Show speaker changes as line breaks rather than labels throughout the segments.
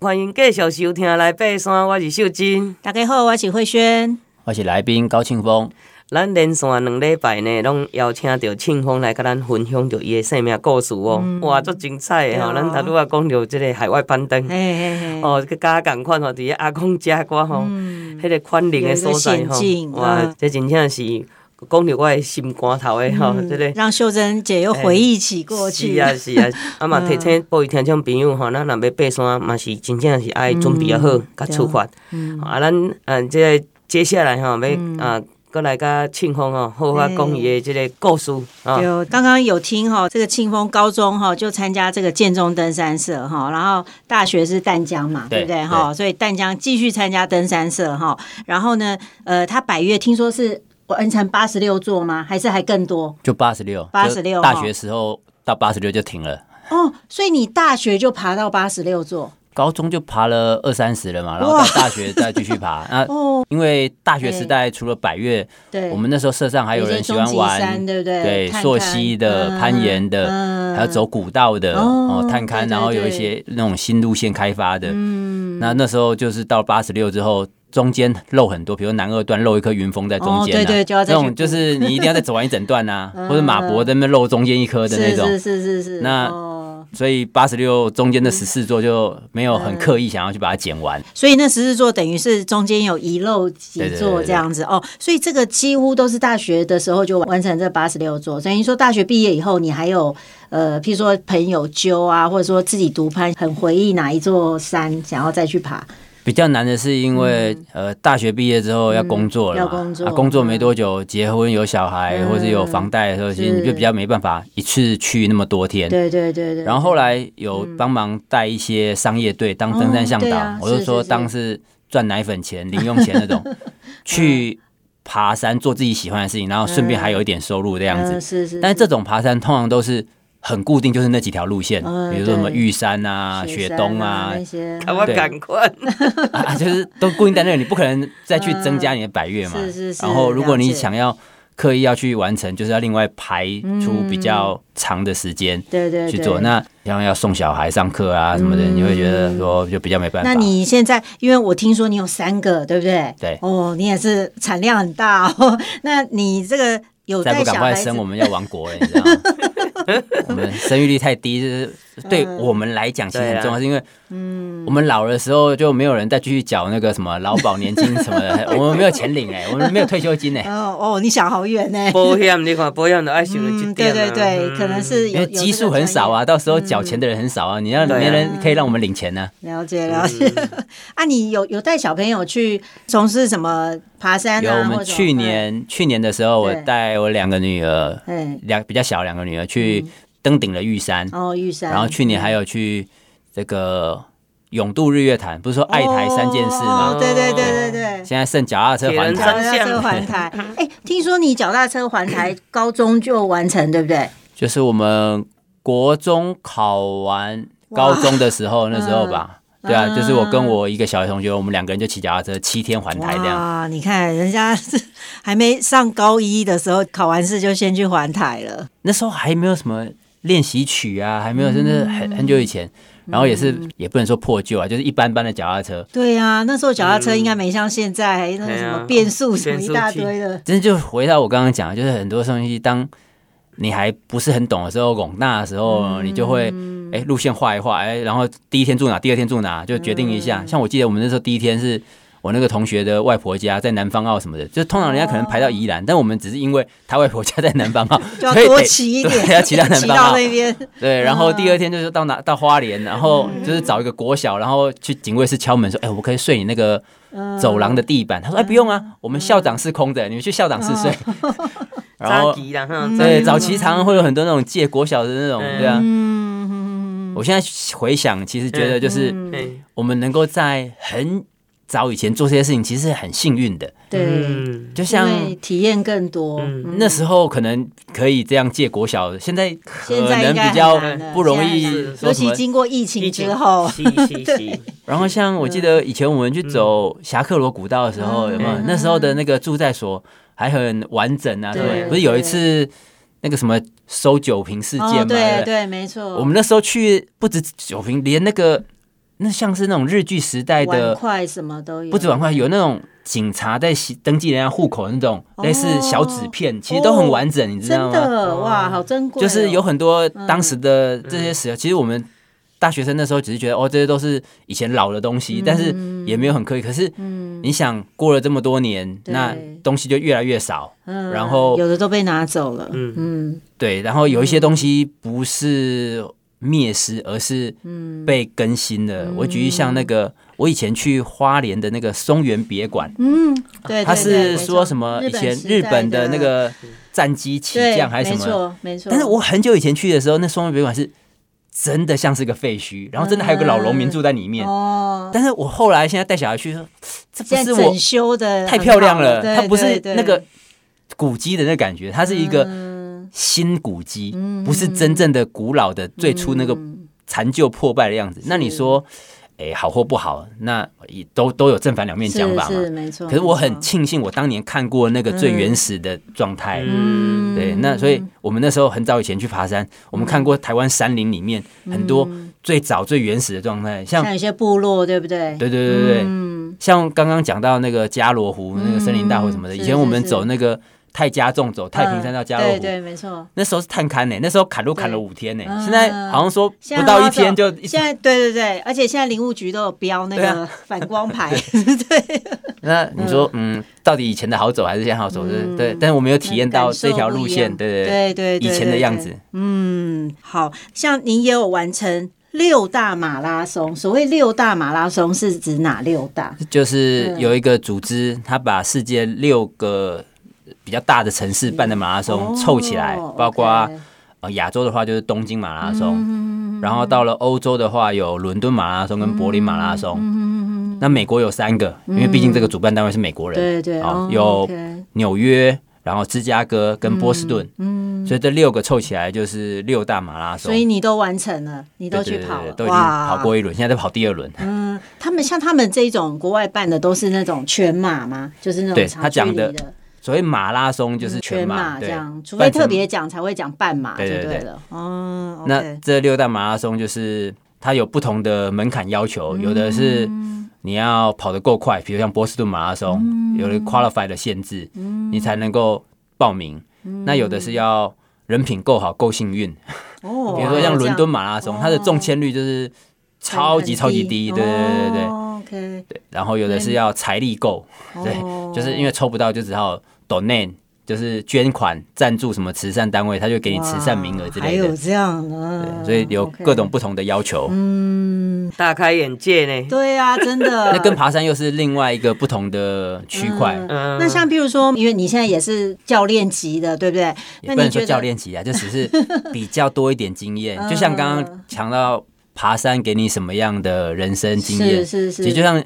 欢迎继续收听《来爬山》，我是秀珍。
大家好，我是慧轩。
我是来宾高庆峰，
咱连线两礼拜呢，拢邀请到庆丰来甲咱分享着伊的生命故事哦，哇，足精彩的吼！
嗯对
咱
啊
头拄仔讲到即个海外攀
嗯
登，
嘿嘿嘿，
哦，佮甲共款吼，伫咧阿公家歌吼，迄个款灵的所在
嗯有一个陷阱
吼，哇
嗯，
这真正是讲到我的心肝头的
嗯
吼，即个。
让秀珍姐又回忆起过去。嗯
是
哎
啊是 啊，啊嘛提醒各位听众朋友吼，咱若要爬山嘛是真正是爱准备啊好，
嗯
甲出发。啊，咱嗯，即个接下来吼要
嗯
啊，搁来甲庆丰吼，好好讲伊的即个故事啊。
有刚刚有听哈，这个庆丰高中哈就参加这个建中登山社哈，然后大学是淡江嘛，
对
对不对哈？所以淡江继续参加登山社哈，然后呢，呃，他百越听说是完成八十六座吗？还是还更多？
就八十六，
86
就大学时候到八十六就停了，
哦，所以你大学就爬到八十六座
高中就爬了二三十了嘛，然后到
哇
大学再继续 爬。那
哦，
因为大学时代除了百越，
对，
我们那时候社上还有人喜欢
有一些终极山
玩，
对不对探
溯
勘
溪的、
嗯
攀岩
嗯
的，还有走古道的，
哦
哦，探
对
勘，
对
然后有
对
一些那种新路线开发的。嗯，那那时候就是到八十六之后。中间漏很多，比如南二段漏一颗云峰在中间、啊
哦对对就要再
那
去
种就是你一定要再走完一整段 啊，或者马博在那边漏中间一颗的那
是
种，
是是是是，
那
哦
所以八十六中间的十四座就没有很刻意想要去把它剪完，
所以那十四座等于是中间有遗漏几座这样子哦，所以这个几乎都是大学的时候就完成这八十六座。等于说大学毕业以后，你还有呃，譬如说朋友揪啊，或者说自己独攀，很回忆哪一座山，想要再去爬。
比较难的是因为、呃大学毕业之后要工作了嘛，
嗯要工作嗯
啊工作没多久，结婚有小孩、或者有房贷的时候，其实你就比较没办法一次去那么多天。
对对对对。
然后后来有帮忙带一些商业队当登山
嗯
向
哦对
导，
啊
我就是说
是是
当是赚奶粉钱、零用钱 那种，去爬山做自己喜欢的事情，然后顺便还有一点收入这样子。
嗯是是，
但是这种爬山通常都是很固定，就是那几条路线，
嗯
比如说什么
对
玉山啊、
雪
雪
山
东
啊
啊
那，些，
啊，我
对
赶快，
啊就是都固定在那里，你不可能再去增加你的百越嘛。
嗯是是是
然后如果
了
你
解
想要刻意要去完成，就是要另外排出比
嗯
较长的时间
对对对嗯
去做。那像要送小孩上课啊什么的，你会觉得说就比较没办法。
那你现在，因为我听说你有三个，对不对？
对
哦，你也是产量很大哦。 那你这个有
再
带
不赶
小孩
快
子
生，我们要亡国了，你知 道吗？我们生育率太低，就是对
嗯
我们来讲其实
啊
很重要，是因为嗯，我们老的时候就没有人再继续缴那个什么劳保年金什么 的，我们没有钱领哎，我们没有退休金哎，
哦哦，你想好远 呢。
保险你看，保险都爱想了一
嗯，对
点啊
对对，可能是
因
有
为基数很少。啊，到时候缴钱的人很少
嗯
啊，你让
对啊
没人可以让我们领钱啊呢。
有这个专业了解了解。 啊，你有有带小朋友去从事什么爬山
有
啊？
我
或
们
者
去，年去年的时候，我
嗯对
带我两个女儿，
嗯，
两比较小两个女儿去登顶了玉山，
哦，玉山，
然后去年还有去这个永渡日月潭，不是说爱台三件事
哦
吗？
对对对对对。
现在剩脚踏车
铁人
环
脚
三
台，
踏车环台， 哎，听说你脚踏车环台高中就完成，对不对？
就是我们国中考完高中的时候，那时候吧。
嗯
对啊，就是我跟我一个小学同学，我们两个人就骑脚踏车七天环台这样。
哇，你看人家是还没上高一的时候，考完试就先去环台了。
那时候还没有什么练习曲啊，还没有，真的很很久以前。然后也是也不能说破旧啊，就是一般般的脚踏车，
对啊，那时候脚踏车应该没像现在、还那个什
对
么
啊
变速什么
变
一
速
大
器
堆的。
真的就回到我刚刚讲的，就是很多东西，当你还不是很懂的时候，拱大的时候，你就会
嗯
哎路线画一画，哎，然后第一天住哪，第二天住哪，就决定一
嗯
下。像我记得我们那时候第一天是我那个同学的外婆家在南方澳什么的，就通常人家可能排到宜兰，但我们只是因为他外婆家在南方澳，
就要
所以
多
得
骑一
对
点，
要骑到南
骑
方澳
到。那边。
对，然后第二天就是到哪到花莲，然后
嗯
就是找一个国小，然后去警卫室敲门说：“哎，我可以睡你那个
嗯
走廊的地板。”他说：“哎，不用啊，我们校长室空的，你们去校长室睡。”
嗯
然
早
后
期啦哈，
对，
早
早
期
期常常会有很多那种借国小的那种，
嗯
对啊。
嗯，
我现在回想，其实觉得就是
嗯
我们能够在很早以前做这些事情，其实是很幸运的。
对，
嗯，
就
因
像
为体验更多。
嗯
那时候可能可以这样借国小，现在可
现在应
能
该
比较
很难了
不容易
现在
是
说
尤
什么
其经过疫情之后，
是 是是，
然后像我记得以前我们去走侠客罗古道的时候，有没有
嗯？
那时候的那个住在所还很完整啊，对不对？
嗯对
不是有一次那个什么收酒瓶事
哦，
件
对
嘛？不对。
对，没错。
我们那时候去不止酒瓶，连那个那像是那种日剧时代
碗
的，
筷什么都有，
不止碗筷，有那种警察在洗登记人家户口的那种类似小纸片，其实都很完整，你知道
哦真
吗？
的哇，好珍贵哦，
啊就是有很多当时的这些史料，其实我们。大学生那时候只是觉得哦，这些都是以前老的东
嗯
西，但是也没有很刻意。可是，你想过了这么多年，
对
那东西就越来越少。
嗯，
然后
有的都被拿走了，嗯
对，然后有一些东西不是灭失，而是
嗯
被更新的。我举例像那个，我以前去花莲的那个松原别馆，
嗯，对，
它
对对
是
没
说
错
什么以前
时
日
代
本的那个战机起
对
降还是
没
什么？
错没错，
但是我很久以前去的时候，那松原别馆是真的像是个废墟，然后真的还有个老农民住在里面。
哦，
但是我后来现在带小孩去说，这不
现
是
在
我
整修的
太漂亮了，
对
它不是
对对
那个古迹的那感觉，它是一个。
嗯
新古迹，不是真正的古老的最初那个
嗯
残旧破败的样子。那你说，哎，好或不好，那也都都有正反两面讲法
是是嗯
嘛。
没错，
可是我
没
很
错
庆幸，我当年看过那个最原始的状态。
嗯
对，那所以我们那时候很早以前去爬山，我们看过台湾山林里面很多
嗯
最早最原始的状态，像
像有些部落对不对？
对对对对对，
嗯，
像刚刚讲到那个加罗湖那个森林大会什么的，
嗯
以
是
前我们
是
走那个泰加纵走太平山到加罗湖
对，对没错。
那时候是探勘呢、那时候砍路砍了
对
五天呢、
嗯
现在好像说不到一天就一
现在对对对，而且现在林务局都有标那
对
个
啊
反光牌， 对，
那你说嗯，到底以前的好走还是现在好走？对对，但是我没有 体验到
嗯感受
这条路线，
不
对
一样
对
对对，对
以前的样。子
对对嗯，好像您也有完成六大马拉松，所谓六大马拉松是指哪六大？
就是
嗯
有一个组织，他把世界六个比较大的城市办的马拉松
哦
凑起来，
，OK 嗯
包括呃亚洲的话就是东京马拉松，然后到了欧洲的话有伦敦马拉松跟柏林马拉
嗯
松。那美国有三个，因为毕竟这个主办单位是美国人，
对对，
哦
哦
有
OK
纽约，然后芝加哥跟波士顿，嗯，所以这六个凑起来就是六大马拉松，
所以你都完成了，你
对
都
对
去
对
跑了，
对都已经跑过一轮，现在在跑第二轮。
嗯，他们像他们这一种国外办的都是那种全马吗？就是那
对
种
他
长距
讲
离
的
的
所谓马拉松就是
嗯
全马，
这
对，
样，除非
半程
特别讲才会讲半马就
对对对
了。哦，
那这六大马拉松就是它有不同的门槛要求，有的是
嗯
你要跑得够快，比如像波士顿马拉松，有
嗯
的 qualify 的限制，你才能够报名。
嗯
那有的是要人品够好、够幸运，
哦，
比如说像伦敦马拉松，它的中签率就是超级超级低，对对对对
哦
对。
对对，OK，
然后有的是要财力够，对，
哦
就是因为抽不到就只好 donate，就是捐款赞助什么慈善单位，他就给你慈善名额之
还
类
有
的，
这样啊，
对，所以有
OK
各种不同的要求。
嗯，
大开眼界呢。
对啊，真的，
那跟爬山又是另外一个不同的区块，
嗯
那像比如说，因为你现在也是教练级的，对不对？那
也不
你
能说
觉
教
得嗯
练级啊，就只 是比较多一点经验。就像刚刚强调爬山给你什么样的人生经验
是，是是，嗯
其实就像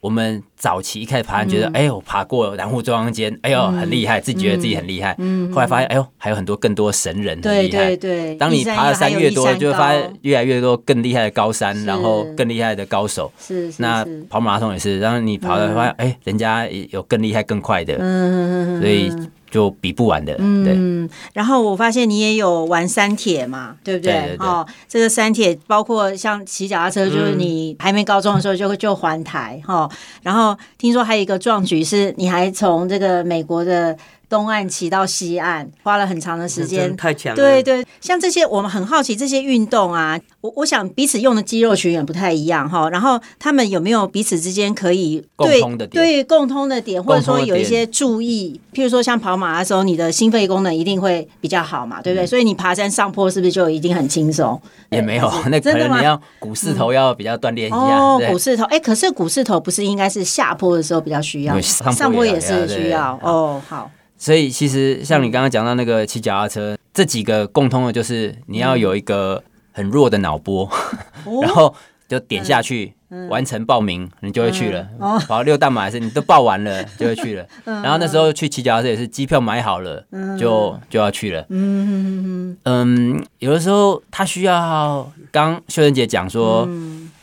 我们早期一开始爬山，觉得、哎呦爬过南湖中央间，哎呦很厉害，自己觉得自己很厉害。后来发现哎呦还有很多更多神人很
对
厉害
嗯对。对，
当你
一山
爬的
一还
山
有
越
一
多，
山
就会发
高
现越来越多更厉害的高山，
是
然后更厉害的高手。
是是
那
是
跑马拉松也是，然后你跑了发现，哎、人家有更厉害、更快的，
嗯，
所以就比不完的。对，
嗯，然后我发现你也有玩山铁嘛，对不对？
对对对
哦，这个山铁包括像骑脚踏车，就是
嗯
你还没高中的时候就就环台哈、哦，然后听说还有一个壮举是你还从这个美国的东岸骑到西岸，花了很长的时
真
间
的。太强了。
对对，像这些我们很好奇这些运动啊，我我想彼此用的肌肉群也不太一样哈。然后他们有没有彼此之间可以
共
对
通的点
对共通的点，或者
共
说
通的
有
点
一些注意，譬如说像跑马拉松，你的心肺功能一定会比较好嘛，对
嗯
不对？所以你爬山上坡是不是就一定很轻松？
也没有
还是，
那可
哎真的
能
吗嗯
你要股四头要比较锻炼一下。
哦，
对
股市头，哎，可是股市头不是应该是下坡的时候比较需要吗，
对上坡
坡也
也要
是
对对
需要
对
哦。好，
所以其实像你刚刚讲到那个骑脚踏车，这几个共通的就是你要有一个很弱的脑波， 然后就点下去。完成报名，你就会去了。跑六大马还是你都报完了， 就会去了。然后那时候去骑脚踏车也是机票买好了，就就要去了。嗯有的时候他需要，刚秀珍姐讲说，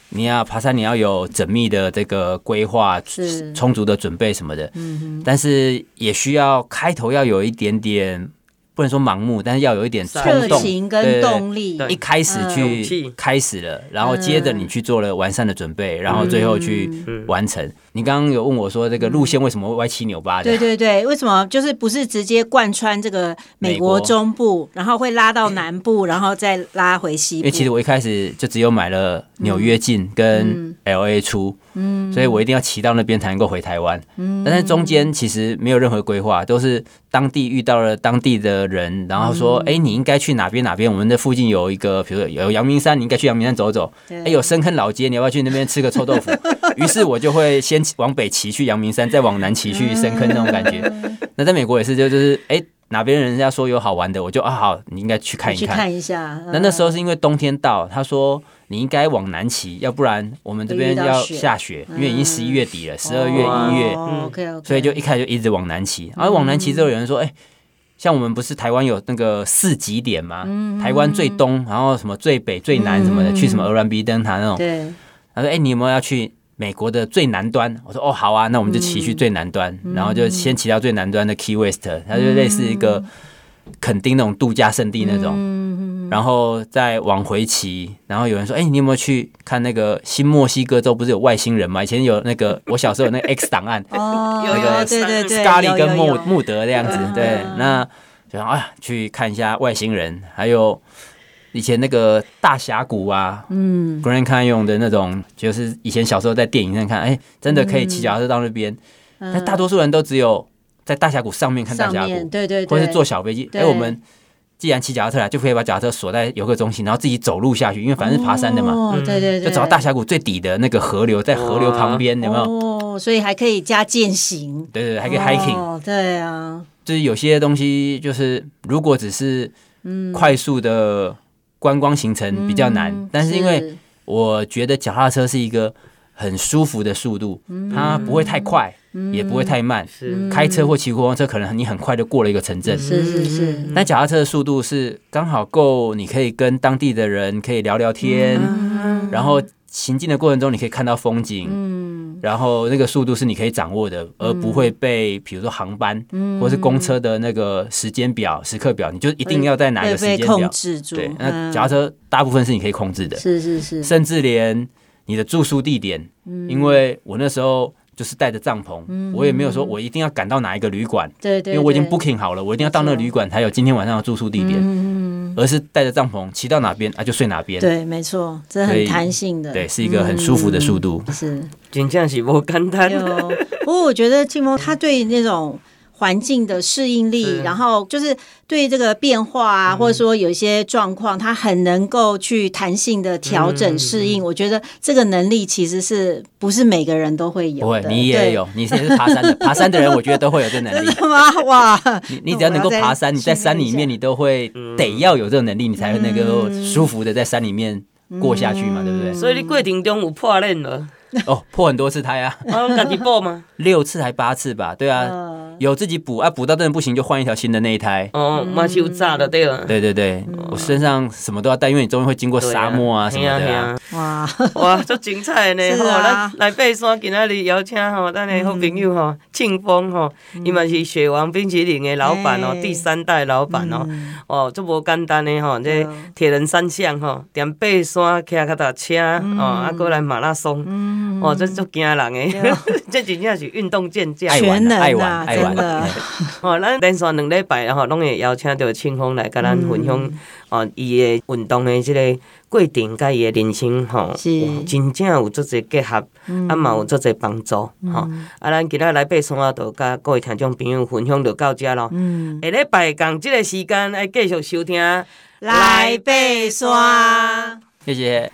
你要爬山，你要有缜密的这个规划
是，
充足的准备什么的。但是也需要开头要有一点点不能说盲目，但是要有一点冲
热
动、
情跟
对对对
动嗯力，
一开始
勇
去
气
开始了，然后接着你去做了完善的准备，然后最后去
嗯
完成。你刚刚有问我说这个路线为什么会歪七扭八的
对？对对，为什么就是不是直接贯穿这个美
美
国
国
中部，然后会拉到南部，然后再拉回西
因
部？嗯
哎为其实我一开始就只有买了纽约进跟 L A 出，嗯，所以我一定要骑到那边才能够回台湾。嗯，但是中间其实没有任何规划，都是当地遇到了当地的人，然后
嗯
说，哎、你应该去哪边哪边？我们的附近有一个，比如说有阳明山，你应该去阳明山走走。
对
哎、有深坑老街，你要不要去那边吃个臭豆 腐？于是我就会先往北骑去阳明山，再往南骑去深坑那种感觉。
嗯
那在美国也是，就就是哎。哪边人家说有好玩的，我就啊好，你应该去看一
去
看。
看一下。嗯
那那时候是因为冬天到，他说你应该往南骑，要不然我们这边
会遇到
要
雪
下雪，因为已经十一月底了，十二月、
哇
一月，
，OK OK，
所以就一开始就一直往南骑。然后往南骑之后，有人说，哎、像我们不是台湾有那个四极点吗？台湾最东，然后什么最北、最南什么的，去什么鹅銮鼻灯塔那种。
对，
他说，哎、你有没有要去？美国的最南端，我说哦好啊，那我们就骑去最南端，然后就先骑到最南端的 Key West，它就类似一个垦丁那种度假胜地那种，
嗯
然后再往回骑，然后有人说：“哎、你有没有去看那个新墨西哥州不是有外星人吗？以前有那个我小时候有那个 X 档案
哦，
有有
对 对对，
咖喱
有
跟
有
穆
有嗯
穆德这样子。对，那就想啊，去看一下外星人，还有以前那个大峡谷啊，嗯，Grand Canyon 的那种，就是以前小时候在电影上看，哎、真的可以
嗯
骑脚踏车到那边，但大多数人都只有在大峡谷上面看大
上
峡
面
谷，
对对对，
或是坐小飞机。哎、
对
我们既然骑脚踏车来，就可以把脚踏车锁在游客中心，然后自己走路下去，因为反正是爬山的嘛，
嗯
哦，对对对，
就找到大峡谷最底的那个河流，在河流旁边有没有？
哦，所以还可以加践行，
对对对，还可以 hiking，、
哦，对啊，
就是有些东西，就是如果只是快速的观光行程比较难，
嗯
但是因为我觉得脚踏车是一个很舒服的速度，
嗯
它不会太快，也不会太慢。
是
开车或骑过光车，可能你很快就过了一个城镇。
是是是，
但脚踏车的速度是刚好够，你可以跟当地的人可以聊聊天，
嗯
然后行进的过程中你可以看到风景，
嗯
然后那个速度是你可以掌握的，而不会被比如说航班、
嗯
或是公车的那个时间表、时刻表，你就一定要在哪一
会
个时间
被控
表。
制住，
对，那
嗯
脚踏车大部分是你可以控制的，
是是是，
甚至连你的住宿地点，
嗯
因为我那时候就是带着帐篷，我也没有说我一定要赶到哪一个旅馆。
对对，
因为我已经
对嗯
booking 好了，我一定要到那个旅馆才有今天晚上的住宿地点，而是带着帐篷骑到哪边啊就睡哪边。
对，没错，这
所
很
以
弹性的，嗯
对，是一个很舒服的速度。
是。
真正是无简单。
有，不过我觉得静峰他对那种。环境的适应力，
是
然后就是对这个变化啊，或者说有一些状况，他很能够去弹性的调整适应。我觉得这个能力其实是不是每个人都会有
不会
的？，
你也
对，
有，你也是爬山的，爬山的人我觉得都会有这能力。
真的吗？ 哇，
你你只要能够
那我要再
爬山，你
训
在
练
山里
一下
面你都会得要有这种能力，你才能够舒服的在山里面过下去
嗯
嘛，对不 对？
所以你过程中有破链了，
哦，破很多次胎啊，
啊，家己补吗？
六次还八次吧，对啊，
呃，
有自己补啊，补到真的不行就换一条新的那一胎。
哦，嘛是有炸的对了。
对对对，
嗯
我身上什么都要带，因为你终于会经过
对
沙漠啊什么
嘿
的啊
嘿。
哇，
哇，足精彩 呢！
是
吼，
啊
咱来爬山，今仔日邀请吼，咱的好朋友吼，庆丰吼，伊嘛是雪王冰淇淋的老板哦
哎，
第三代老板哦，
嗯
哦，足无简单的吼，这铁人三项吼，踮爬山、骑脚踏车，哦，啊，过来马拉松，哦，这足惊人诶， 这真正是运动健将。
爱
全
玩
能
啊爱
啊，
玩爱
真
玩
的，
哦，咱连续两礼拜，然后拢会邀请到清风来甲咱
嗯
分享、哦，伊的运动的即个过程，甲伊的人生吼、
是嗯
有真正有做侪结合，啊嘛有做侪帮助吼、啊，咱今仔来爬山啊，就甲各位听众朋友分享就到遮咯。
嗯
下礼拜共即个时间，要继续收听。
来背山。
谢谢。